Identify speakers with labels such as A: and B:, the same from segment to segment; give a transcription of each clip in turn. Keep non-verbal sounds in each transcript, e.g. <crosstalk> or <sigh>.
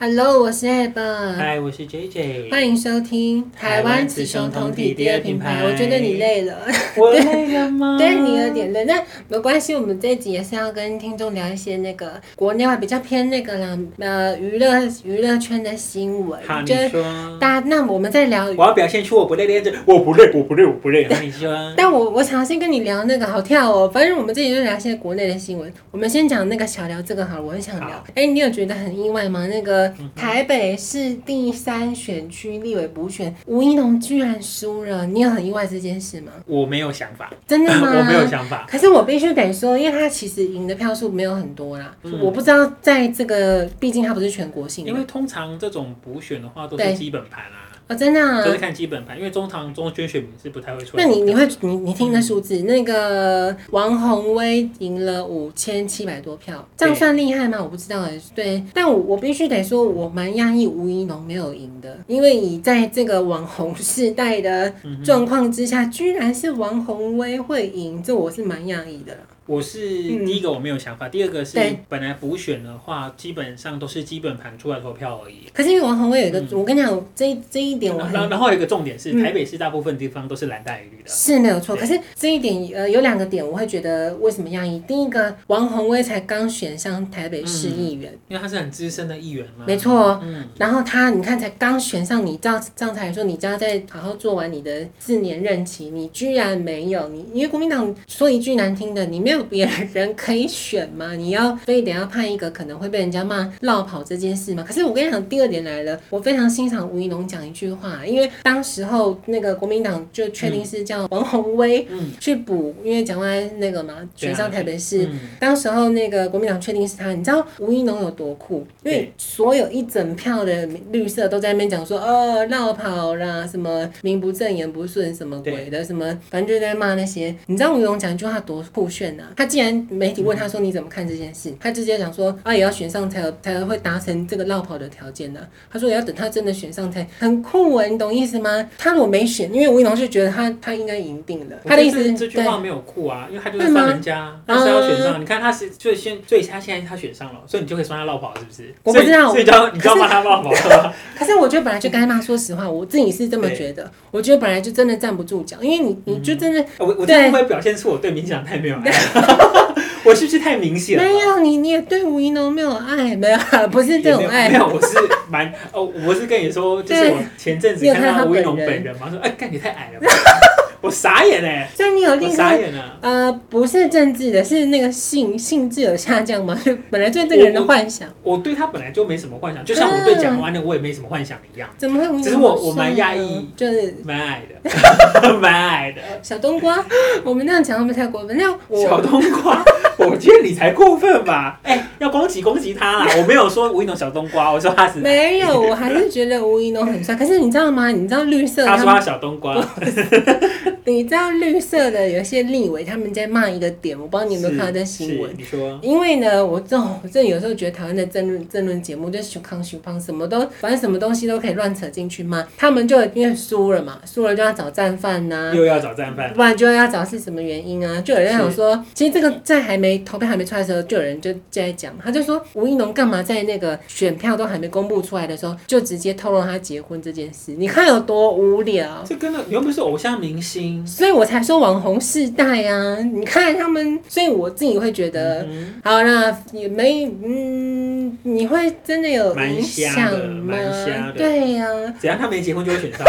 A: Hello，我是 Evan，
B: 嗨，我是 JJ。
A: 欢迎收听台湾雌雄同体第二品牌。我觉得你累了，
B: 我累了
A: <laughs>
B: 吗？
A: 对你有点累，但没关系，我们这一集也是要跟听众聊一些那个国内外比较偏那个啦，呃，娱乐娱乐圈的新闻。
B: 好，你
A: 就是
B: 说。
A: 大家，那我们再聊
B: 我要表现出我不累的样子，我不累，我不累，我
A: <laughs>
B: 不累。好，你说。
A: 但我我想要先跟你聊那个好跳哦，反正我们这里就聊一些国内的新闻。我们先讲那个小聊这个好了，我很想聊
B: 好。嗯
A: 哎、你有觉得很意外吗？那个台北市第三选区立委补选，吴一农居然输了，你有很意外这件事吗？
B: 我没有想法，
A: 真的吗？
B: <laughs> 我没有想法。
A: 可是我必须得说，因为他其实赢的票数没有很多啦，
B: 嗯
A: 我不知道在这个，毕竟他不是全国性的，
B: 因为通常这种补选的话都
A: 对
B: 是基本盘啊，
A: 哦，真的、啊
B: 都，是看基本盘，因为中堂中捐选民是不太会出来
A: 那
B: 投票。
A: 你你会你你听
B: 嗯
A: 那数字，那个王宏威赢了五千七百多票，这样
B: 对
A: 算厉害吗？我不知道哎、对，但我我必须得说，我蛮讶异吴怡农没有赢的，因为你在这个网红世代的
B: 嗯
A: 状况之下，居然是王宏威会赢，这我是蛮讶异的啦。
B: 我是
A: 嗯
B: 第一个我没有想法，第二个是
A: 对
B: 本来补选的话，基本上都是基本盘出来投票而已。
A: 可是因为王宏威有一个，
B: 嗯
A: 我跟你讲，这一这一点我
B: 然
A: 很
B: 后然后有一个重点是，
A: 啊嗯
B: 台北市大部分地方都是蓝带绿的。
A: 是没有错，
B: 对
A: 可是这一点呃有两个点我会觉得为什么讶异。第一个，王宏威才刚选上台北市
B: 嗯
A: 议员，
B: 因为他是很资深的议员嘛。
A: 没错。哦
B: 嗯，
A: 然后他，你看才刚选上你，这样这样才说你就要再好好做完你的四年任期，你居然没有你，因为国民党说一句难听的，你没有别人可以选吗？你要非得要判一个可能会被人家骂落跑这件事吗？可是我跟你讲，第二点来了，我非常欣赏吴怡农讲一句话，因为当时候那个国民党就确定是叫王宏威
B: 嗯
A: 去补，因为蒋万安那个嘛选上台北市，
B: 嗯
A: 当时候那个国民党确定是他，你知道吴一农有多酷？因为
B: 对
A: 所有一整票的绿色都在那边讲说，哦，绕跑啦，什么名不正言不顺，什么鬼的，什么，反正就在骂那些。你知道吴一农讲一句话多酷炫啊？他竟然媒体问他说你怎么看这件事，他直接讲说，啊，也要选上才有才会达成这个绕跑的条件呢、他说也要等他真的选上才很酷哎、你懂意思吗？他如果没选，因为吴一农是觉得他他应该赢定了，
B: 我
A: 他的
B: 觉得
A: 意思
B: 这
A: 是
B: 这句
A: 对
B: 话没有酷啊，因为他就
A: 对
B: 是
A: 吗嗯
B: 算人家，他是要选上。你看他是最先，所以他现在他选上了，所以你就可以说他落跑，是不是？
A: 我不知道
B: 所以所以就要你就要骂他落跑是吧？
A: 可是我觉得本来就该骂，说实话，我自己是这么觉得。我觉得本来就真的站不住脚，因为你你就真的、
B: <laughs> 我我这
A: 对
B: 样会不会表现出我对民进党太没有爱了？ <laughs> 我是不是太明显了？
A: 没有你，你也对吴一农没有爱，没有啊
B: <laughs>
A: 不是这种
B: 也没
A: 爱。
B: 有，没有我是蛮哦，我是跟你说，就是
A: 对
B: 我前阵子
A: 你有
B: 看
A: 看
B: 到
A: 他
B: 吴一
A: 本
B: 农
A: 人
B: 本人嘛，说哎，干你太矮了吧，
A: <laughs>
B: 我傻眼哎，
A: 所以你有
B: 我
A: 另
B: 傻
A: 外
B: 眼了。
A: 呃，不是政治的，是那个性性质有下降吗？ <laughs> 就本来对这个人的幻想，
B: 我对他本来就没什么幻想，就像我对
A: 嗯
B: 蒋万安我也没什么幻想一样，
A: 怎么会吴一农
B: 只是我
A: 这么
B: 我蛮
A: 帅呢
B: 讶异
A: 就是
B: 蛮矮
A: <laughs>
B: 的，蛮矮的。
A: 小冬瓜， <laughs> 我们那样讲会不会太过分？那
B: 小
A: 我
B: 冬瓜， <laughs> 我觉得你才过分吧？哎、要攻击攻击 <laughs> 他啦！我没有说吴一农小冬瓜，我说他是，
A: 没有，我还是觉得吴一农很帅。可是你知道吗？你知道绿色
B: 他
A: 他
B: 说
A: 们
B: 他小冬瓜，
A: 你知道绿色的有些立委他们在骂一个点，我不知道你有没有看到这新
B: 是
A: 闻。
B: 你说，
A: 因为呢，我这种我这有时候觉得台湾的政论政论节目就是熊康熊胖，什么都反正什么东西都可以乱扯进去骂。他们就因为输了嘛，输了就要找战犯呐、
B: 又要找战犯，
A: 不然就要找是什么原因啊？就有人想说，其实这个在还没投票还没出来的时候，就有人就在讲，他就说吴一农干嘛在那个选票都还没公布出来的时候，就直接透露他结婚这件事？你看有多无聊。
B: 这跟那你又不是偶像明星，
A: 所以我才说网红世代啊，你看他们，所以我自己会觉得，
B: 嗯，
A: 好啦，也没，嗯，你会真的有
B: 蛮
A: 影
B: 瞎
A: 响
B: 的
A: 吗
B: 蛮瞎？的
A: 对啊呀、
B: 只要他没结婚就
A: <laughs>
B: 会选上，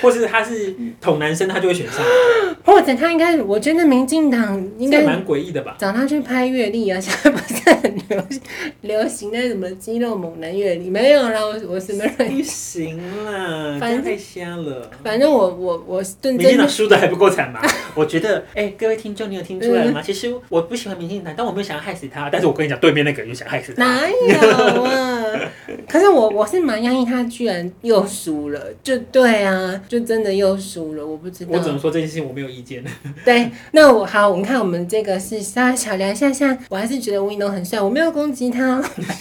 B: 或是他是捅男生他就会选上，
A: 嗯或者他应该，我觉得民进党应
B: 这
A: 该
B: 蛮诡异的吧？
A: 找他去拍阅历啊，现在不是很流行流行那什么肌肉猛男阅历，没有啦，我我什么人，
B: 不行啦，
A: 反正
B: 这样太瞎了。
A: 反正我我我认
B: 民进
A: 真
B: 党
A: 的，
B: 输的还不够惨吗？
A: <laughs>
B: 我觉得，哎、各位听众，你有听出来
A: 嗯
B: 吗？其实我不喜欢民进党，但我没有想要害死他。但是我跟你讲，对面那个人就想害死他。
A: 哪有啊？可是我我是蛮讶异，他居然又输了，就对啊，就真的又输了，我不知道。
B: 我只能说这件事情我没有
A: 啊
B: 意见。
A: 对，那我好，我们看我们这个是稍微小聊一下下，我还是觉得吴一农很帅，我没有攻击他， <laughs>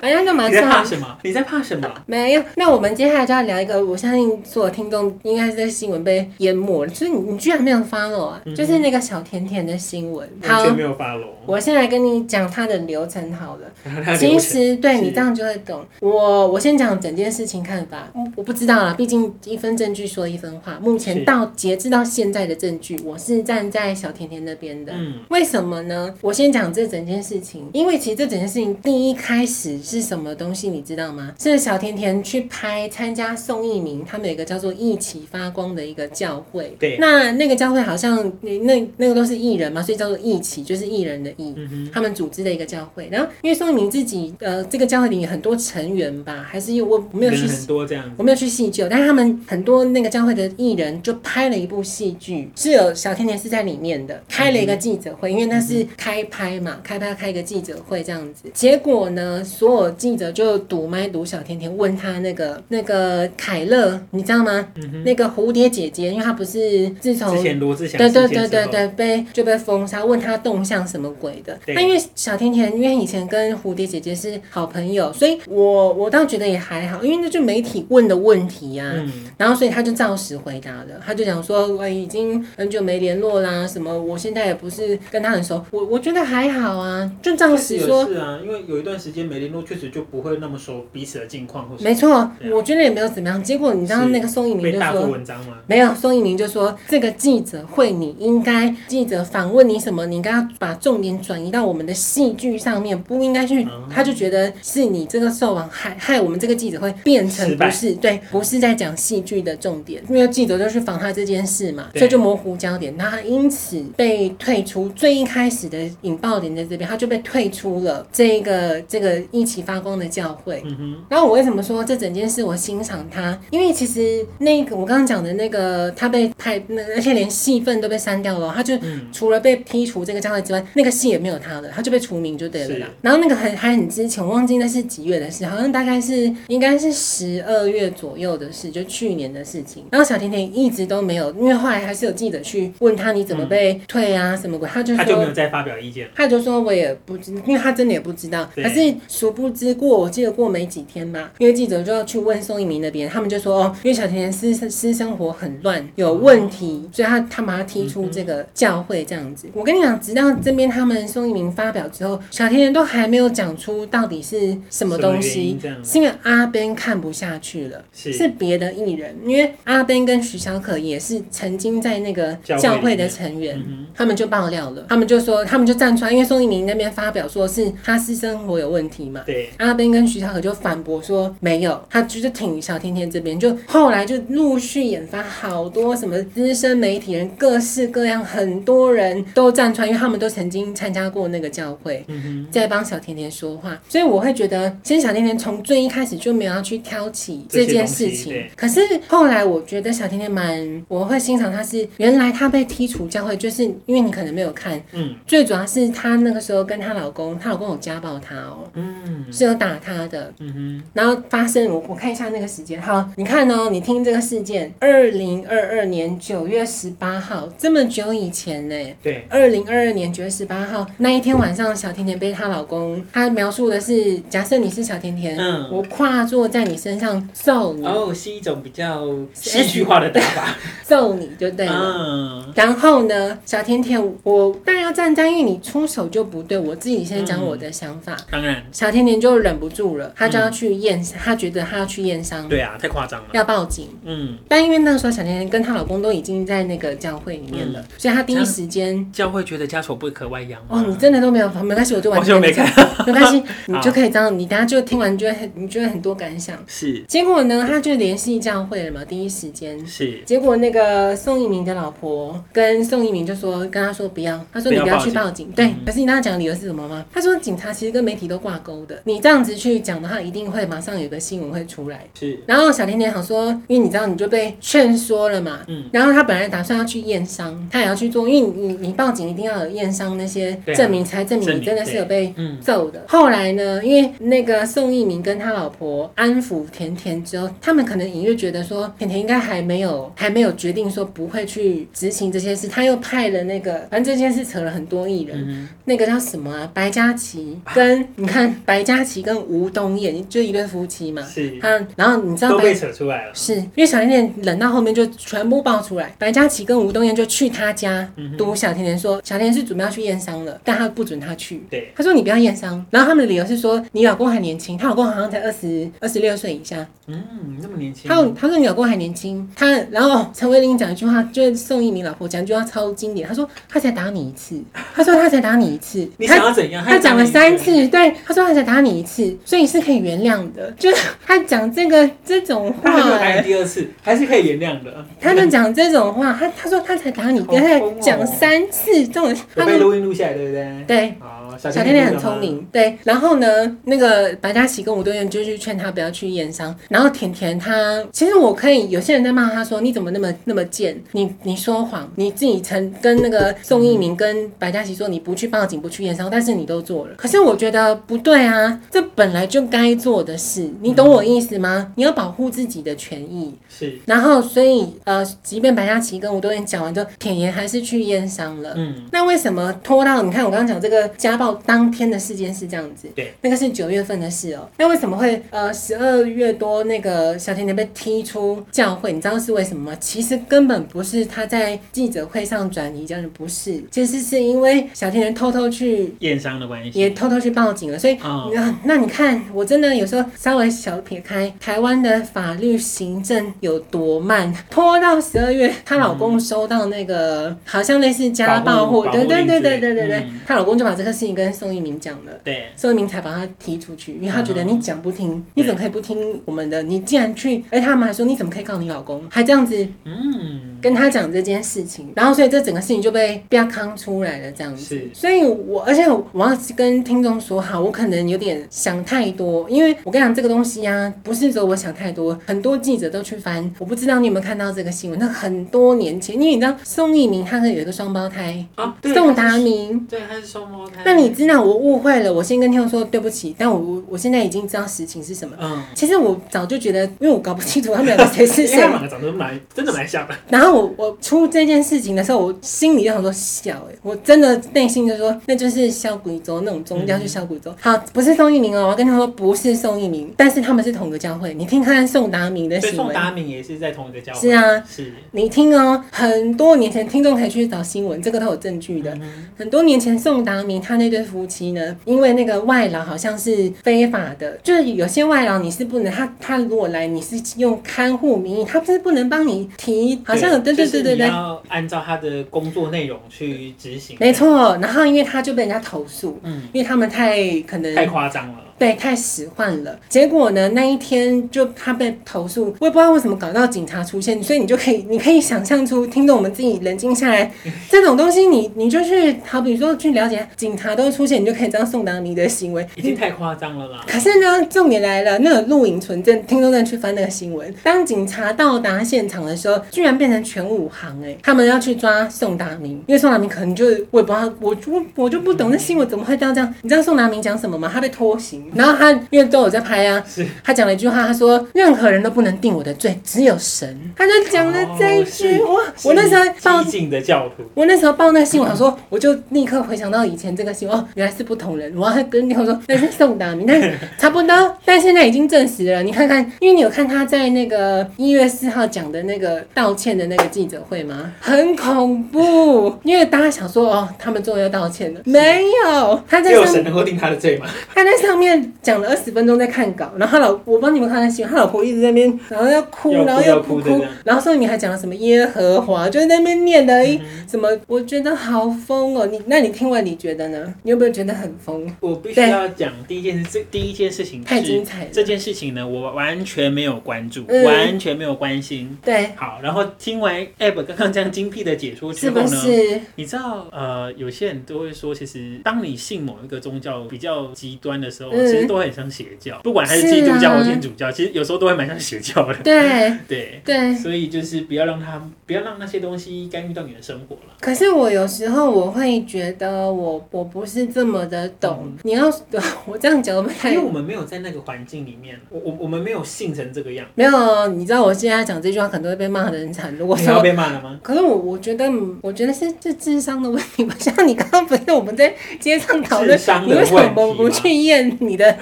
A: 反正就蛮
B: 你在怕
A: 帅。
B: 什么？你在怕什么？
A: 没有，那我们接下来就要聊一个，我相信所有听众应该是在新闻被淹没了，所以你你居然没有 follow 啊，就是那个小甜甜的新闻。好
B: 完，全没有发聋。
A: 我先来跟你讲它的流程好了。
B: 他
A: 其
B: 流程 <laughs>
A: 实对你
B: 是
A: 这样就会懂。我我先讲整件事情看法，嗯我不知道啦，毕竟一分证据说一分话。目前
B: 哦是
A: 到截至到现在的证据，我是站在小甜甜那边的。
B: 嗯，
A: 为什么呢？我先讲这整件事情，因为其实这整件事情第一开始是什么东西，你知道吗？是小甜甜去拍参加宋一鸣他们有一个叫做“一起发光”的一个教会。
B: 对
A: 那那个教会好像那那那个都是艺人嘛，所以叫做“一起”，就是艺人的“艺”。
B: 嗯
A: 他们组织的一个教会，然后因为宋一鸣自己，呃，这个教会里有很多成员吧，还是因为我我
B: 哼，
A: 没有去
B: 人很多这样子，
A: 我没有去细究，但是他们很多那个教会的艺人就拍了一部戏剧，是有小甜甜是在里面的，开了一个记者会，因为那
B: 嗯
A: 是开拍嘛，开拍开一个记者会这样子。结果呢，所有记者就堵麦堵小甜甜，问他那个那个凯乐，你知道吗？那个蝴蝶姐姐，因为她不是自从
B: 嗯之前罗志祥
A: 对对
B: 事件
A: 对
B: 之
A: 对
B: 后，
A: 对，被就被封杀，问他动向什么鬼的。
B: 哦对
A: 那因为小甜甜，因为以前跟蝴蝶姐姐是好朋友，所以我我倒觉得也还好，因为那就媒体问的问题呀、
B: 嗯，
A: 然后，所以他就照实回答了。他就讲说，我已经很久没联络啦，什么，我现在也不是跟他很熟。我我觉得还好啊，就照
B: 确
A: 实
B: 实
A: 说
B: 有，是啊，因为有一段时间没联络，确实就不会那么熟彼此的近况，或是
A: 没错，
B: 对啊
A: 我觉得也没有怎么样。结果你知道
B: 是
A: 那个宋一鸣
B: 被
A: 就
B: 大做
A: 说，
B: 文章嘛。
A: 没有，宋一鸣就说这个记者会，你应该记者访问你什么，你应该要把重点转移到我们的戏剧上面，不应该去。
B: 嗯
A: 他就觉得是你这个受网害害我们这个记者会变成
B: 失
A: 不
B: 败
A: 是对，不是在讲戏剧的重点，因为记者就去访他这件事嘛，
B: 对
A: 所以就模糊焦点，那他因此被退出。最一开始的引爆点在这边，他就被退出了这个这个一起发光的教会。
B: 嗯哼，
A: 然后我为什么说这整件事我欣赏他？因为其实那个我刚刚讲的那个他被拍，那而且连戏份都被删掉了，他就
B: 嗯，
A: 除了被剔除这个教会之外，那个戏也没有他了，他就被除名就对了啦
B: 是。
A: 然后那个很还很之前，我忘记那是几月的事，好像大概是应该是十二月左右的事，就去年的事情。然后小甜甜一直都没有，因为后来还是有记者去问他你怎么被退啊、什么鬼，他就
B: 嗯他就
A: 说
B: 没有再发表意见了。
A: 他就说我也不知，因为他真的也不知道。
B: 对
A: 可是殊不知过，我记得过没几天吧，因为记者就要去问宋一鸣那边，他们就说哦，因为小甜甜私私生活很乱，有问题，所以他他把他踢出这个教会这样子。我跟你讲，直到这边他们宋一鸣发表之后，小甜甜都还没有讲出到底是什么东
B: 什么原
A: 西
B: 因这，样子
A: 是因为阿 Ben 看不下去了。
B: 是
A: 是别的艺人，因为阿 Ben 跟徐小可也是曾经在那个
B: 教会
A: 教会
B: 里
A: 的
B: 面
A: 成员，
B: 嗯
A: 他们就爆料了，他们就说，他们就站出来，因为宋一鸣那边发表说是他私生活有问题嘛
B: 哼，。对，
A: 阿斌跟徐小可就反驳说没有，他就是挺小甜甜这边，就后来就陆续引发好多什么资深媒体人，各式各样，很多人都站出来，因为他们都曾经参加过那个教会，
B: 嗯
A: 在帮小甜甜说话，所以我会觉得，其实小甜甜从最一开始就没有要去挑起这件事
B: 这些东西
A: 情
B: 对。
A: 可是后来，我觉得小甜甜蛮，我会欣赏她是原来她被剔除教会，就是因为你可能没有看，
B: 哼，嗯
A: 最主要是她那个时候跟她老公，她老公有家暴她哦，
B: 嗯
A: 是有打她的。
B: 嗯哼，
A: 然后发生，我我看一下那个时间，好，你看哦，你听这个事件，二零二二年九月十八号，这么久以前呢、
B: 对，
A: 二零二二年九月十八号那一天晚上，小甜甜被她老公，她描述的是，假设你是小甜甜，
B: 嗯
A: 我跨坐在你身上揍你，
B: 哦，是一种比较戏剧化的打法。
A: 揍你就对了。
B: 嗯，
A: 然后呢，小甜甜，我当然要站在，因为你出手就不对。我自己先讲我的想法，
B: 当然，
A: 小甜甜就忍不住了，她就要去验，她觉得她要去验伤，
B: 嗯对啊，太夸张了。
A: 要报警。
B: 嗯，
A: 但因为那时候小甜甜跟她老公都已经在那个教会里
B: 嗯
A: 面了，所以她第一时间
B: 教会觉得家丑不可外扬
A: 哦，
B: 嘛。
A: 你真的都没有，没关系，我就完
B: 我就
A: 全
B: 没看，
A: 没关
B: <laughs>
A: 系，你
B: 好
A: 就可以这样，你等下就听完，你就会很，你就会很多感想。
B: 是
A: 结果呢，他就联系教会了嘛，第一时间。
B: 是，
A: 结果那个宋一鸣的老婆跟宋一鸣就说，跟他说不要，他说你
B: 不要
A: 不要去
B: 报嗯
A: 报警。对，可是你跟他讲理由是什么吗？他说警察其实跟媒体都挂钩的，你这样子去讲的话，一定会马上有个新闻会出来。
B: 是，
A: 然后小甜甜想说，因为你知道你就被劝说了嘛，
B: 嗯
A: 然后她本来打算要去验伤，她也要去做，因为你你你报警一定要有验伤那些
B: 对啊
A: 证明，才证明
B: 证
A: 你
B: 明
A: 真的是有被
B: 嗯，
A: 揍的。后来呢，因为那个宋一鸣跟他老婆安抚甜甜之后，他们可能隐约觉得说甜甜应该还没有还没有决定说不会去执行这些事，他又派了那个，反正这件事扯了很多艺人，
B: 嗯
A: 那个叫什么啊？白嘉琪跟、你看白嘉琪跟吴东彦就一对夫妻嘛
B: 哼，，是，
A: 他嗯然后你知道
B: 都
A: 白
B: 被扯出来了。
A: 是因为小甜甜冷到后面就全部爆出来，白嘉琪跟吴东彦就去他家
B: 嗯哼
A: 堵小甜甜说，小甜甜是准备要去验伤了，但他不准他去。
B: 对，
A: 他说你不要验伤，然后他们的理由是说你老公喊你年轻，她老公好像才二十二十六岁以下，
B: 嗯，那么年轻，
A: 她她说你老公还年轻，她然后陈慧琳讲一句话，就是宋一鸣老婆讲一句话超经典，她说他才打你一次，她说他才打你一次，
B: 你想要怎样？
A: <laughs> 他讲了
B: 你
A: 三，次，对，他说他才打你一次，所以是可以原谅的。就是他讲这个这种话
B: 他还没有来
A: 欸、
B: 第二次，还是可以原谅的。
A: 他
B: <laughs>
A: 就讲这种话，他他说他才打你一次，
B: 好
A: 他
B: 疯哦
A: 讲三次这种，
B: 有
A: 他
B: 被
A: 们
B: 录音录下来，对不对？
A: 对。
B: 好，小
A: 小甜
B: 甜甜
A: 甜很聪，明，对。然后呢，那个白嘉琪跟吴多燕就去劝他不要去验伤。然后甜甜她，其实我可以，有些人在骂她说你怎么那么那么贱，你你说谎，你自己曾跟那个宋一鸣跟白嘉琪说你不去报警不去验伤，但是你都做了。可是我觉得不对啊，这本来就该做的事，你懂我意思吗？你要保护自己的权益。
B: 是，
A: 然后所以呃，即便白嘉琪跟吴多燕讲完之后，甜妍还是去验伤了。
B: 嗯，
A: 那为什么拖到你看我刚刚讲这个家暴当天的事件是这样子？
B: 对，
A: 那个是九月份的事哦、那为什么会呃十二月多那个小甜甜被踢出教会？你知道是为什么吗？其实根本不是他在记者会上转移这样的，不是，其实是因为小甜甜偷偷去。
B: 验伤的关系，
A: 也偷偷去报警了，所以
B: 啊
A: 那那你看，我真的有时候稍微小撇开台湾的法律行政有多慢，拖到十二月，她老公收到那个、好像类似家暴
B: 保护
A: 或对
B: 保护
A: 对
B: 令
A: 对
B: 之类
A: 对对对对
B: 嗯，
A: 她、老公就把这个事情跟宋一鸣讲了。
B: 对，
A: 宋一鸣才把他踢出去，因为他觉得
B: 嗯
A: 你讲不听，你怎么可以不听我们的？你竟然去，而且他们还说你怎么可以告你老公，还这样子
B: 嗯，
A: 跟他讲这件事情，然后所以这整个事情就被被他扛出来了，这样子
B: 是。
A: 所以我而且我要跟听众说好，我可能有点想太多，因为我跟你讲这个东西啊，不是只有我想太多，很多记者都去翻，我不知道你有没有看到这个新闻，那很多年前，因为你知道宋一鸣他是有一个双胞胎，
B: 啊，对
A: 宋
B: 他
A: 达
B: 是
A: 明。
B: 对，他是双胞胎。
A: 那你知道我误会了，我先跟听众说对不起，但我我现在已经知道实情是什么。
B: 嗯，
A: 其实我早就觉得，因为我搞不清楚他们两个谁是
B: 因为
A: 谁
B: 他们，两个长得蛮真的蛮像的，
A: 然后我我出这件事情的时候，我心里就想说小哎、欸我真的内心就说那就是小古州那种宗教，
B: 嗯
A: 就小古州。好，不是宋一鸣哦，我要跟他说不是宋一鸣，但是他们是同个教会。你听看看宋达明的
B: 所以
A: 新
B: 宋
A: 闻，
B: 达明也是在同一个教会，
A: 是啊，
B: 是，
A: 你听哦，很多年前听众可以去找新闻，这个都有证据的。
B: 嗯
A: 很多年前，宋达明他那对夫妻呢，因为那个外劳好像是非法的，就是有些外劳你是不能，他他如果来，你是用看护名义，他是不能帮你提，好像有对对
B: 就
A: 对
B: 是
A: 对
B: 你
A: 对，
B: 要按照他的工作内容去执行，
A: 没，错。然后因为他就被人家投诉，
B: 嗯，
A: 因为他们太可能
B: 太夸张了，
A: 对，太使唤了。结果呢，那一天就他被投诉，我也不知道为什么搞到警察出现，所以你就可以，你可以想象出，听懂我们自己冷静下来，这种东西你你就去，好比说去了解警察都出现，你就可以知道宋达明的行为。
B: 已经太夸张了啦，
A: 可是呢，重点来了，那个录影存证，听众在去翻那个新闻。当警察到达现场的时候，居然变成全武行哎、他们要去抓宋达明，因为宋达明可能就是我也不知道，我就我就不懂那新闻怎么会到这样。你知道宋达明讲什么吗？他被拖刑，然后他因为都有在拍啊，
B: 是
A: 他讲了一句话，他说任何人都不能定我的罪，只有神。他就讲了这一句，
B: 哦
A: 哇！嗯我那时候报
B: 激进的教徒，
A: 我那时候报那新闻，我说我就立刻回想到以前这个新闻，哦，原来是不同人。我要跟你说，那是宋达明，
B: <laughs>
A: 但是差不多，但现在已经证实了。你看看，因为你有看他在那个一月四号讲的那个道歉的那个记者会吗？很恐怖，因为大家想说，哦，他们终于要道歉了，没有，他在
B: 只有
A: 上
B: 神能够定他的罪吗？
A: 他在上面讲了二十分钟在看稿，然后他老我帮你们看他新闻，他老婆一直在那边，然后要哭，
B: 要哭
A: 然后
B: 要
A: 哭
B: 哭的
A: 哭
B: 这样，
A: 然后宋你还讲了什么耶和华，就在那边念
B: <laughs>
A: 的哎一、
B: 嗯哼
A: 什么，我觉得好疯哦。你那你听完你觉得呢？你有没有觉得很疯？
B: 我必须
A: 对
B: 要讲第一件事，这第一件事情
A: 太
B: 是
A: 精彩了
B: 这件事情呢，我完全没有关注，
A: 嗯
B: 完全没有关心。
A: 对，
B: 好，然后听完 App 刚刚这样精辟的解说之
A: 是
B: 后
A: 不
B: 呢，
A: 是？
B: 你知道呃，有些人都会说，其实当你信某一个宗教比较极端的时候，
A: 嗯
B: 其实都很像邪教，不管它是
A: 是啊
B: 基督教或天主教，其实有时候都会蛮像邪教的。
A: 对
B: <laughs> 对，
A: 对。
B: 所以就是不要让它，不要让那些东西干预到你的生活了。
A: 可是我有时候我会觉得我我不是这么的懂。
B: 嗯
A: 你要 <laughs> 我这样讲会不会
B: 因
A: 太
B: 为我们没有在那个环境里面，我我我们没有信成这个样，
A: 没有？你知道我现在讲这句话可能会被骂的很惨。如果
B: 你
A: 说
B: 要被骂了吗？ <laughs>
A: 可是我我觉得，嗯我觉得是这智商的问题吧。像你刚刚不是我们在街上讨论
B: 智，商
A: 你
B: 的
A: 为
B: 问
A: 什
B: 题吗
A: 么不去验你的？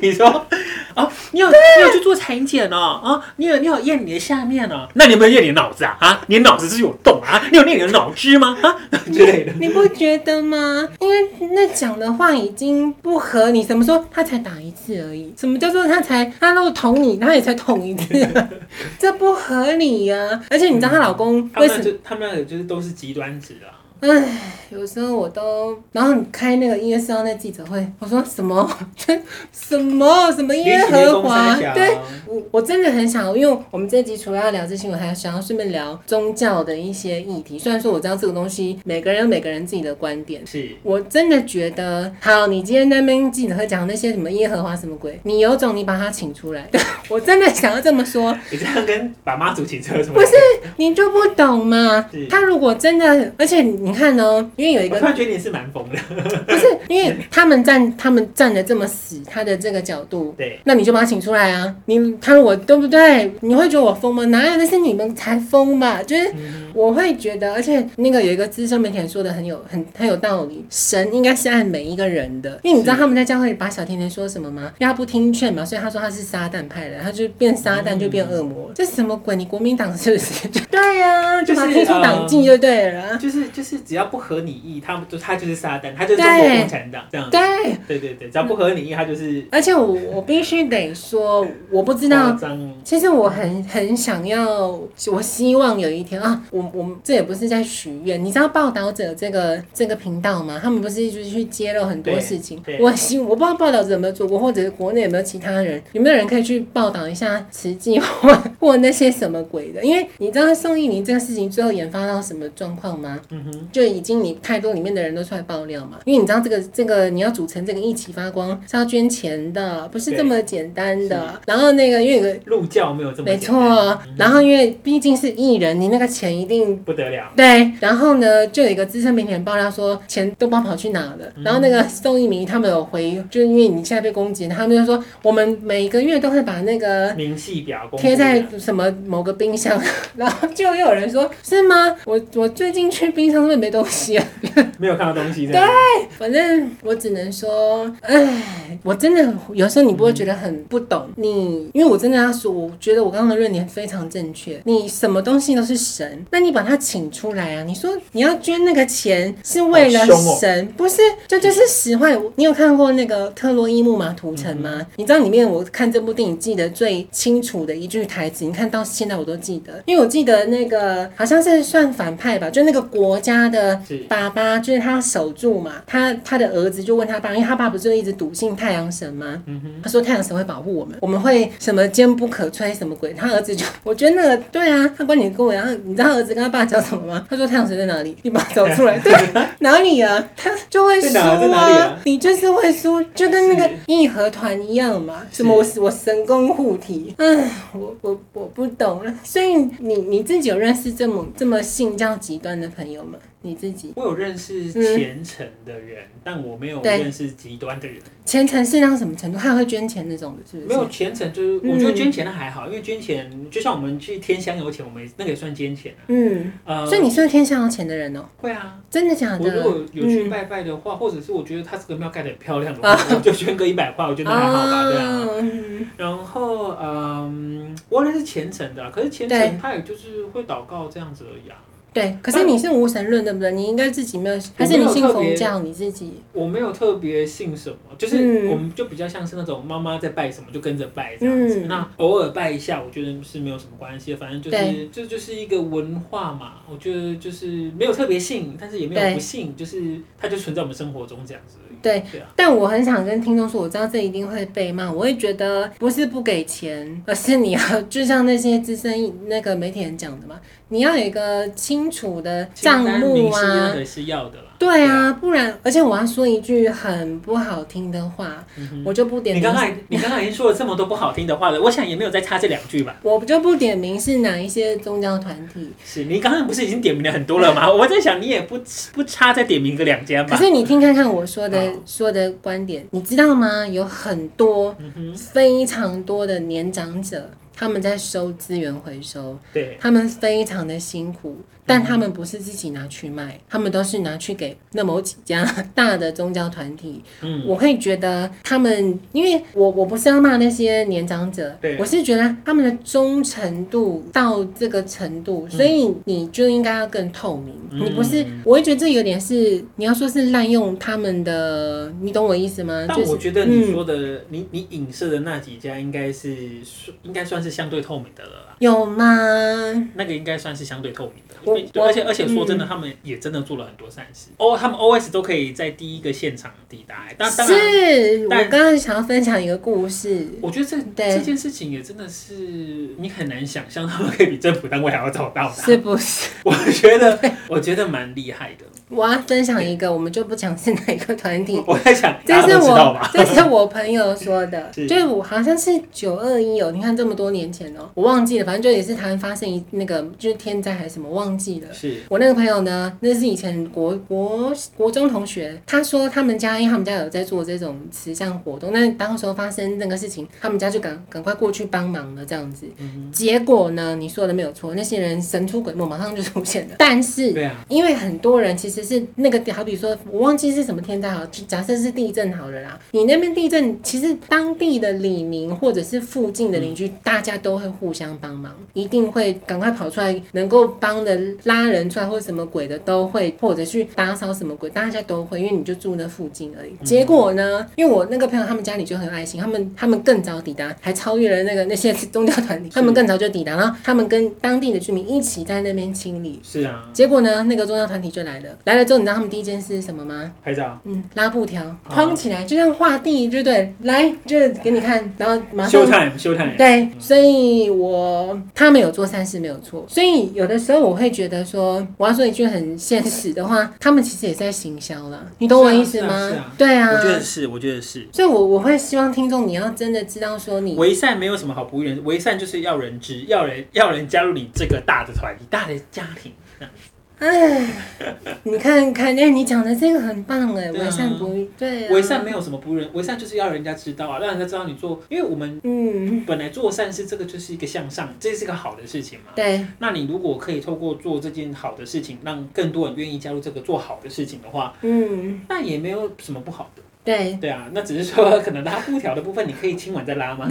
B: 你说哦，你有你有去做裁剪哦，哦，你有你有验你的下面哦，那你有没有验你的脑子啊？啊，你的脑子是有洞啊？你有验你的脑汁吗？啊 <laughs> 之类的。
A: 你不觉得吗？因为那讲的话已经不合你。怎么说？他才打一次而已。什么叫做他才他如果捅你，他也才捅一次、啊，这不合理呀、啊！而且你知道她老公
B: 他
A: 为
B: 们
A: 什
B: 那
A: 么？
B: 就他们那个就是都是极端值啊。
A: 唉，有时候我都，然后你开那个音乐上那记者会，我说什么？ <laughs> 什么什么音乐和华？
B: 啊
A: 对，我我真的很想，因为我们这集除了要聊这新闻，还想要顺便聊宗教的一些议题。虽然说我知道这个东西，每个人有每个人自己的观点。
B: 是
A: 我真的觉得，好，你今天在那边记者会讲那些什么耶和华什么鬼，你有种你把他请出来， <laughs> 我真的想要这么说，
B: 你这样跟把妈祖请车有什么？
A: 不是，你就不懂嘛
B: 是。
A: 他如果真的，而且你看哦，因为有一
B: 我
A: 个
B: 突然觉得你是蛮疯的。
A: 不是，因为他们站他们站的这么死，他的这个角度，
B: 对，
A: 那你就把他请出来啊！你他如果对不对？你会觉得我疯吗？哪有那是你们才疯吧？就是
B: 嗯
A: 我会觉得，而且那个有一个资深媒体人说的很有很很有道理，神应该是爱每一个人的，因为你知道
B: 是
A: 他们在教会里把小甜甜说什么吗？因为他不听劝嘛，所以他说他是撒旦派的，他就变撒旦就变恶魔，这什么鬼？你国民党是不是？嗯 <laughs> 对呀、就把他
B: 就是
A: 踢出党
B: 呃
A: 禁就对了啊。
B: 就是就是只要不合你意，他们就他就是撒旦，他就是
A: 对
B: 中国共产党这样。
A: 对，
B: 对对对，只要不合你意，他就是
A: 而且我我必须得说，我不知
B: 夸
A: 道
B: 张。
A: 其实我很很想要，我希望有一天啊，我我这也不是在许愿，你知道报道者这个这个频道吗？他们不是一直去揭露很多
B: 对
A: 事情
B: 对。
A: 我希我不知道报道者有没有做过，或者是国内有没有其他人，有没有人可以去报道一下慈济 <laughs> 或或那些什么鬼的？因为你知道宋一宁这个事情最后研发到什么状况吗？
B: 嗯哼，
A: 就已经你太多里面的人都出来爆料嘛，因为你知道这个这个你要组成这个一起发光是要捐钱的，不是这么简单的。然后那个因为有个
B: 入教没有这么
A: 没
B: 简单
A: 错
B: 嗯，
A: 然后因为毕竟是艺人，你那个钱一定。
B: 不得了，
A: 对，然后呢，就有一个资深媒体人爆料说，钱都不知道跑去哪了。
B: 嗯
A: 然后那个宋一鸣他们有回，就是因为你现在被攻击，他们就说我们每个月都会把那个
B: 明细表公布
A: 贴在什么某个冰箱， <laughs> 然后就又有人说是吗？我我最近去冰箱是不是没东西啊？
B: 没有看到东西这样子，
A: 反正我只能说，哎，我真的有时候你不会觉得很不懂你，因为我真的要说，我觉得我刚刚的论点非常正确。你什么东西都是神，那你把它请出来啊！你说你要捐那个钱是为了
B: 好凶哦
A: 神，不是？这就是实话。你有看过那个特洛伊木马屠城
B: 嗯
A: 吗？你知道里面我看这部电影记得最清楚的一句台词，你看到现在我都记得，因为我记得那个好像是算反派吧，就那个国家的
B: 是
A: 爸爸就是他守住嘛，他他的儿子就问他爸，因为他爸不是一直笃信太阳神吗？
B: 嗯
A: 他说太阳神会保护我们，我们会什么坚不可摧什么鬼？他儿子就我觉得那个对啊，他观点跟我一样。你知道他儿子跟他爸讲什么吗？他说太阳神在哪里？你把它找出来，
B: <laughs>
A: 对，哪里啊？他就会输
B: 在哪在哪里啊
A: 你就是会输，就跟那个
B: 是
A: 义和团一样嘛。什么我我神功护体，唉，我我我不懂了。所以你你自己有认识这么这么信教极端的朋友吗？你自己？
B: 我有认识虔诚的人，但我没有
A: 对
B: 认识极端的人。
A: 虔诚是到什么程度？他会捐钱那种的，是不
B: 没
A: 是
B: 有？虔诚，就是
A: 嗯
B: 我觉得捐钱的还好，因为捐钱就像我们去天香油钱，我们那个也算捐钱啊。
A: 嗯，
B: 呃，
A: 所以你算天上有钱的人哦、
B: 会啊。
A: 真的假
B: 我如
A: 的？
B: 果有去
A: 嗯
B: 拜拜的话，或者是我觉得他这个庙盖的很漂亮的话，我就捐个一百块，我觉得还好吧，对啊。
A: 嗯
B: 然后嗯，我也是虔诚的啊，可是虔
A: 对
B: 诚他也就是会祷告这样子而已啊。
A: 对，可是你是无神论，对不对？你应该自己没有，还是你信佛教？你自己
B: 我没有特别信什么，就是
A: 嗯
B: 我们就比较像是那种妈妈在拜什么就跟着拜这样子。
A: 嗯
B: 那偶尔拜一下，我觉得是没有什么关系的，反正就
A: 对
B: 是这就是一个文化嘛。我觉得就是没有特别信，但是也没
A: 对
B: 有不信，就是它就存在我们生活中这样子而已。
A: 对
B: 对啊，
A: 但我很想跟听众说，我知道这一定会被骂，我会觉得不是不给钱，而是你要就像那些资深那个媒体人讲的嘛，你要有一个清楚的账目
B: 明是那
A: 啊。
B: 个是要的啦。
A: 对啊，不然，而且我要说一句很不好听的话，
B: 嗯哼，
A: 我就不点
B: 你
A: 名
B: 刚刚你刚刚已经说了这么多不好听的话了，我想也没有再插这两句吧。
A: 我就不点名是哪一些宗教团体，
B: 是你刚刚不是已经点名了很多了吗？我在想你也不不差再点名个两间
A: 可
B: 吧。
A: 是你听看看我说的
B: 好
A: 说的观点，你知道吗？有很多
B: 嗯哼，
A: 非常多的年长者。他们在收资源回收，
B: 对，嗯
A: 他们非常的辛苦，但他们不是自己拿去卖，他们都是拿去给那某几家大的宗教团体。
B: 嗯，
A: 我会觉得他们，因为我我不是要骂那些年长者
B: 对，
A: 我是觉得他们的忠诚度到这个程度，所以你就应该要更透明。
B: 嗯
A: 你不是，我会觉得这有点是你要说是滥用他们的，你懂我意思吗？
B: 但
A: 就是嗯
B: 我觉得你说的，你你影射的那几家应该是应该算是相对透明的了啦，
A: 有吗？
B: 那个应该算是相对透明的，因
A: 我
B: 为对
A: 我嗯
B: 而且而且说真的，他们也真的做了很多善事，哦，他们 OS 都可以在第一个现场抵达，欸当当然，
A: 是我
B: 但
A: 刚刚想要分享一个故事，
B: 我觉得这
A: 对
B: 这件事情也真的是你很难想象，他们可以比政府单位还要早到的，
A: 是不是？
B: 我觉得我觉得蛮厉害的，
A: 我要分享一个，我们就不讲是哪一个团体。
B: 我在想
A: 嗯这
B: 大家
A: 是
B: 都知道
A: 我
B: 吧，，
A: <laughs> 这是我朋友说的，
B: <laughs> 是
A: 就是我好像是九二一哦，你看这么多年前哦，我忘记了，反正就也是台湾发生一那个就是天灾还是什么，忘记了。
B: 是
A: 我那个朋友呢，那是以前国国国中同学，他说他们家因为他们家有在做这种慈善活动，那当时候发生那个事情，他们家就赶赶快过去帮忙了这样子。结果呢，你说的没有错，那些人神出鬼没，马上就出现了。但是
B: 对啊，
A: 因为很多人其实是那个，好比说，我忘记是什么天灾好，就假设是地震好了啦。你那边地震，其实当地的李明或者是附近的邻居，大家都会互相帮忙，一定会赶快跑出来，能够帮的拉人出来或什么鬼的都会，或者去打扫什么鬼，大家都会，因为你就住那附近而已。结果呢，因为我那个朋友他们家里就很有爱心，他们他们更早抵达，还超越了那个那些宗教团体，他们更早就抵达，然后他们跟当地的居民一起在那边清理。
B: 是啊，
A: 结果呢，那个宗教团体就来了。来了之后，你知道他们第一件事是什么吗？
B: 拍照
A: 嗯，拉布条
B: 啊
A: 框起来，就像画地，对不对？来，就是给你看，然后马上
B: 修。探修探，
A: 对，啊所以我他们有做善事没有错，所以有的时候我会觉得说，我要说一句很现实的话，他们其实也在行销了，你懂我意思吗？
B: 是啊是啊是啊
A: 对啊，
B: 我觉得是，我觉得是。
A: 所以我我会希望听众你要真的知道说你
B: 为善没有什么好不人，为善就是要人知，要人要人加入你这个大的团体、大的家庭。
A: 哎，你看看，哎、你讲的这个很棒哎，
B: 对啊
A: 为善不对、啊，
B: 为善没有什么不人，为善就是要人家知道啊，让人家知道你做，因为我们
A: 嗯，
B: 本来做善事，这个就是一个向上，这是个好的事情嘛。
A: 对，
B: 那你如果可以透过做这件好的事情，让更多人愿意加入这个做好的事情的话，
A: 嗯，
B: 那也没有什么不好的。
A: 对，
B: 对啊，那只是说可能拉布条的部分，你可以今晚再
A: <laughs>
B: 拉吗？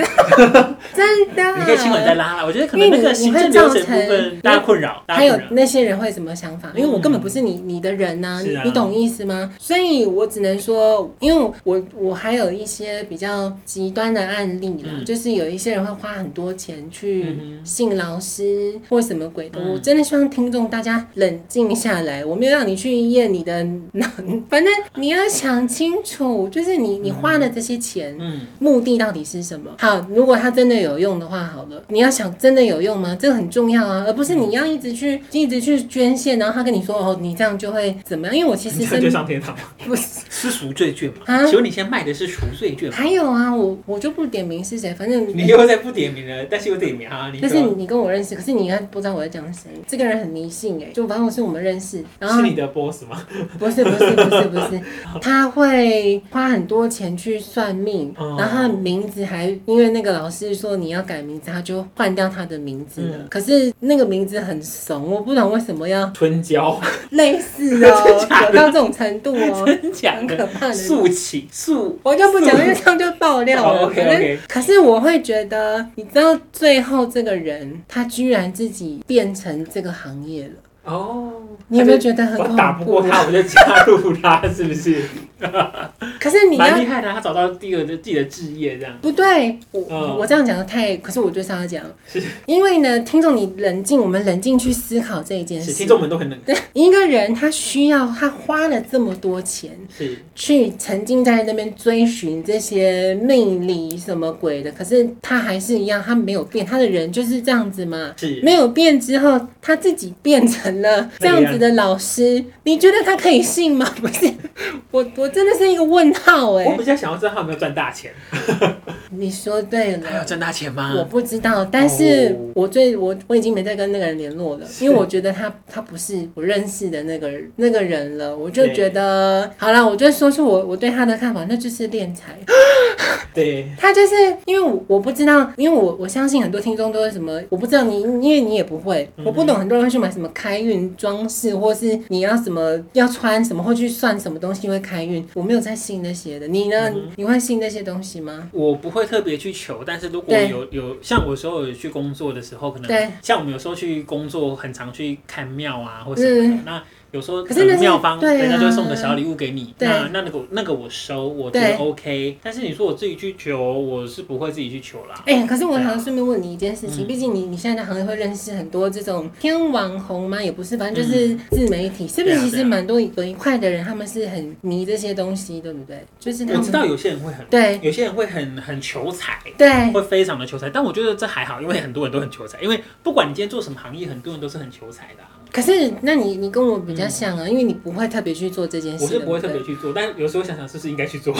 A: 真的。
B: 你可以今晚再拉啦。我觉得可能那个行政流程部
A: 因为你你会造
B: 分
A: 成
B: 大家困扰，大
A: 还
B: 家
A: 有
B: 困扰。
A: 那些人会什么想法？因为我根本不是你你的人呐、
B: 嗯是
A: 你
B: 啊
A: 你懂意思吗？所以我只能说，因为我我还有一些比较极端的案例啦，
B: 嗯
A: 就是有一些人会花很多钱去
B: 嗯
A: 信老师或什么鬼的。
B: 嗯
A: 我真的希望听众大家冷静下来，我没有让你去验你的脑， <laughs> 反正你要想清楚，就是你你花的这些钱，
B: 哼嗯，
A: 目的到底是什么？好，如果它真的有用的话，好了，你要想真的有用吗？这个很重要啊，而不是
B: 嗯
A: 你要一直去一直去捐献，然后他跟你说哦，你这样就会怎么样？因为我其实
B: 你这
A: 身
B: 样 <laughs> 就上天堂。
A: 不
B: <laughs>
A: 是。
B: 是赎罪券嘛？
A: 啊
B: 请问你现在卖的是赎罪券
A: <laughs>
B: 吗？
A: 还有啊，我我就不点名是谁，反正
B: 你又在不点名了，嗯但是又点名啊！你
A: 但
B: 就是
A: 你跟我认识，可是你应该不知道我在讲谁。这个人很迷信哎、就反正是我们认识，然后
B: 是你的 boss 吗？
A: <laughs> 不是不是不是不是，他会花很多钱去算命，
B: 哦
A: 然后他的名字还因为那个老师说你要改名字，他就换掉他的名字了。
B: 嗯
A: 可是那个名字很怂，我不懂为什么要
B: 吞胶，
A: 类似
B: <laughs>
A: 哦，有到这种程度哦，
B: 真假
A: 很可
B: 的？
A: 怕的。
B: 速起速，
A: 我就不讲，因为这样就爆料了。
B: 哦，OK，OK
A: 反正可是我会觉得，你知道最后这个人，他居然自己变成这个行业了，
B: 哦，
A: 你有没有觉得很恐
B: 我
A: 怖？
B: 打不过他，我就加入他，是不是？ <laughs>
A: 可是你要
B: 蛮厉害的，啊他找到第二个自己的置业这样。
A: 不对，我、
B: 嗯
A: 我这样讲的太，可是我就是要讲，因为呢，听众你冷静，我们冷静去思考这一件
B: 是，
A: 事。
B: 听众们都很冷，
A: 对一个人他需要他花了这么多钱
B: 是
A: 去沉浸在那边追寻这些命理什么鬼的，可是他还是一样，他没有变，他的人就是这样子嘛。
B: 是，
A: 没有变之后，他自己变成了这样子的老师，你觉得他可以信吗？ <laughs> 不是，我我真的是一个问号哎、
B: 欸我比较想要知道他有没有赚大钱。
A: 你说对
B: 他有
A: 了。
B: 赚大钱吗？
A: 我不知道，但是我最我我已经没再跟那个人联络了，
B: 哦是
A: 因为我觉得他他不是我认识的那个那个人了，我就
B: 对
A: 觉得好了，我就说出我我对他的看法，那就是敛财。
B: 对，
A: 他就是因为我我不知道，因为我我相信很多听众都是什么，我不知道你，因为你也不会，
B: 嗯
A: 我不懂很多人会去买什么开运装饰，或是你要什么要穿什么，或去算什么东西会开运，我没有在信那些的。你呢？
B: 嗯
A: 你会信那些东西吗？
B: 我不会特别去求，但是如果
A: 对
B: 有有像我有时候有去工作的时候，可
A: 对
B: 能像我们有时候去工作，很常去看庙啊或什么的。那有时候
A: 嗯可是那是
B: 呃庙方
A: 对啊
B: 人家就会送个小礼物给你，
A: 对
B: 那那那个那个我收，我觉
A: 对
B: 得 OK。但是你说我自己去求，我是不会自己去求啦。
A: 哎、可是我想顺便问你一件事情，
B: 啊嗯
A: 毕竟你你现在行业会认识很多这种偏网红吗？也不是，反正就是自媒体，是不是？
B: 嗯对啊
A: 其实
B: 对啊
A: 蛮多有一块的人，他们是很迷这些东西，对不对？就是他
B: 我
A: 们
B: 知道有些人会很，
A: 对
B: 有些人会很很求财，
A: 对
B: 会非常的求财，但我觉得这还好，因为很多人都很求财，因为不管你今天做什么行业，很多人都是很求财的啊、
A: 可是，那你你跟我比较像啊，因为你不会特别去做这件事，
B: 嗯我是不会特
A: 对
B: 别
A: 对。
B: 去做，但有时候想想是不是应该去
A: <laughs>
B: 做。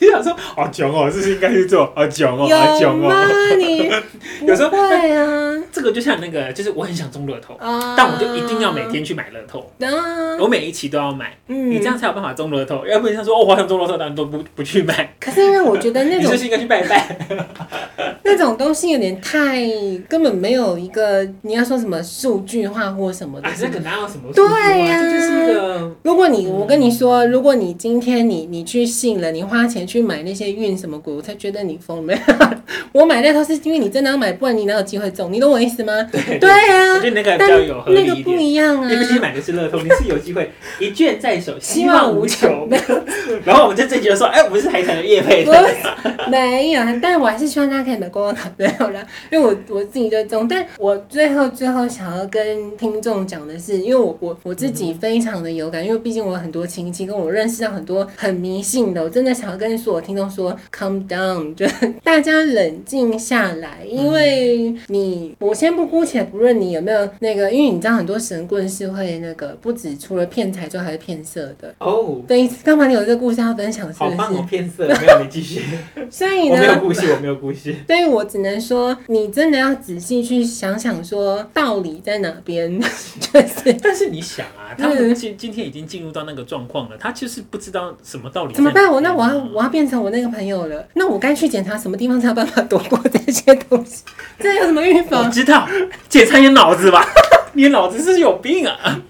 B: 你想说好穷哦，是不是应该去做？好穷哦，好
A: 有
B: 穷
A: 吗
B: 哦。？
A: 你 <laughs>
B: 有时候
A: 不会啊
B: 这个就像那个，就是我很想中乐透，
A: 啊！
B: 但我就一定要每天去买乐透，
A: 啊，
B: 我每一期都要买，
A: 嗯
B: 你这样。才有办法中乐透。要不然像说哦，我好想中乐透，但都不不去买，
A: 可是因为我觉得那
B: 你
A: 种
B: 是不是应该去
A: <laughs>
B: 拜拜？
A: 那种东西有点太根本没有一个你要说什么数据化或什么的
B: 啊，，这个哪嗯有什么数据啊？
A: 对呀
B: 这就是一个
A: 如果你，我跟你说，如果你今天你你去信了，你花钱去买那些运什么股，我才觉得你疯了。 <laughs> 我买那套是因为你真的要买，不然你哪有机会中？你懂我意思吗？对
B: 我
A: 啊
B: 觉，得那个比
A: 但
B: 较有合理
A: 那个
B: 一
A: 不
B: 点。
A: 一样啊。
B: 因为你买的是乐透，你是有机会一卷在手，希
A: 希望
B: 望
A: 无
B: 无
A: 穷 <laughs>
B: 穷。 <laughs> 然后我们就自己就说，哎，我们是海产的叶配
A: 不
B: 的。
A: 是没有，啊但我还是希望大家可以买观光卡，没有啦，因为我我自己就中。但我最后最后想要跟听众讲的是，因为我我我自己非常的有感，因为毕竟我有很多亲戚跟我认识到很多很迷信的，我真的想要跟所有听众说，calm down，就是 <laughs> 大家冷静下来，因为你我先不姑且不论你有没有那个，因为你知道很多神棍是会那个不止除了骗财之后还会骗色的。
B: 哦，
A: 对，刚嘛你有一个故事要分享，是
B: 好
A: 不
B: 棒哦
A: 是？，
B: 骗色了，没有你继 <laughs> 续，
A: 所以
B: 我没
A: 呢
B: 有，故事，我没有故事。
A: 所以我只能说，你真的要仔细去想想，说道理在哪边， <laughs> 就是
B: <laughs> 但是你想啊，他们今今天已经进入到那个状况了，他就是不知道什么道理在
A: 怎
B: 哪
A: 么
B: 里啊。
A: 办？我那我要我要变成我那个朋友了，那我该去检查什么地方才有办法躲过这些东西？ <laughs> 这有什么预
B: 我
A: 防？
B: 知道，检查你脑 <laughs> 子吧，你脑子是有病啊！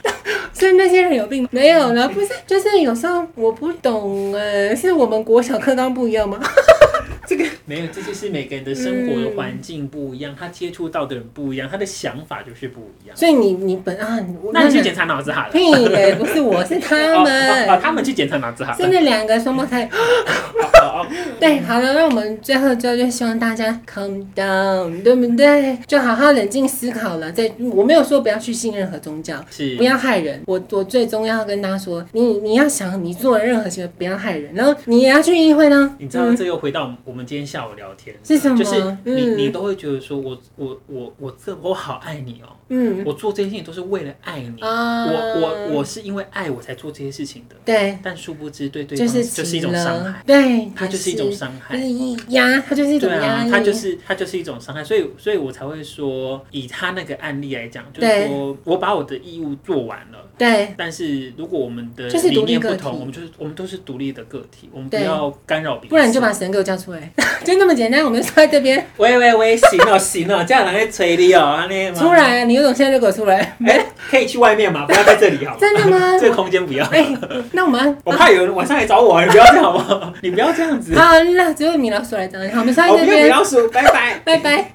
A: 所以那些人有病没有了？不是，就是有时候我不懂，呃，是我们国小课纲不一样吗？ <laughs>
B: 这个 <laughs> 没有，这就是每个人的生活的环境不一样，他接触到的人不一样，他的想法就是不一样。
A: 所以你你本啊，我
B: 那你去检查脑子好了。
A: 屁嘞，不是我是他
B: <laughs> 哦哦哦
A: 们，
B: 他们去检查脑子好了。
A: 是那两个双胞胎。
B: 哦哦哦
A: 对，好了，那我们最后就就希望大家 calm down，对不对？就好好冷静思考了。再，我没有说不要去信任何宗教，
B: 是
A: 不要害人。我我最终要跟大家说，你你要想你做的任何行为不要害人，然后你也要去议会呢。
B: 你知道
A: 嗯
B: 这又回到我们今天下午聊天，
A: 是什么
B: 就是你
A: 嗯
B: 你都会觉得说我我我我这我好爱你哦，
A: 嗯
B: 我做这些事情都是为了爱你，
A: 啊，
B: 我我我是因为爱我才做这些事情的，
A: 对，
B: 但殊不知对对
A: 就
B: 方
A: 是
B: 就是一种
A: 急了
B: 伤害，，
A: 对，
B: 它就是一种伤
A: 就
B: 害。
A: 是一压，它就是一种
B: 对
A: 压
B: 啊
A: 力，，
B: 它就是它就是一种伤害，所以所以我才会说，以他那个案例来讲，就是
A: 对
B: 说我把我的义务做完了，
A: 对
B: 但是如果我们的
A: 就是
B: 理
A: 独立
B: 念
A: 个
B: 不
A: 体
B: 同，我们就是我们都是独立的个体，我们不
A: 对
B: 要干扰别人，
A: 不然你就把神给我叫出来， <laughs> 就那么简单。我们就坐在这边，
B: 喂喂喂，行哦行哦，这样人会催你哦，安尼嘛
A: 出，来啊！你有种现在就给我出来， <laughs>
B: 哎、可以去外面嘛，不要在这里好吗？
A: 真的吗？
B: <laughs> 这个空间不要，
A: 哎、那我们
B: 我怕有人晚上来找我，你不要这样好吗？你不要这样子，
A: 好了，只有米老鼠来讲，好，我们上
B: 我
A: 这
B: 哦不用不
A: 边，
B: 要说，拜拜。
A: 拜拜。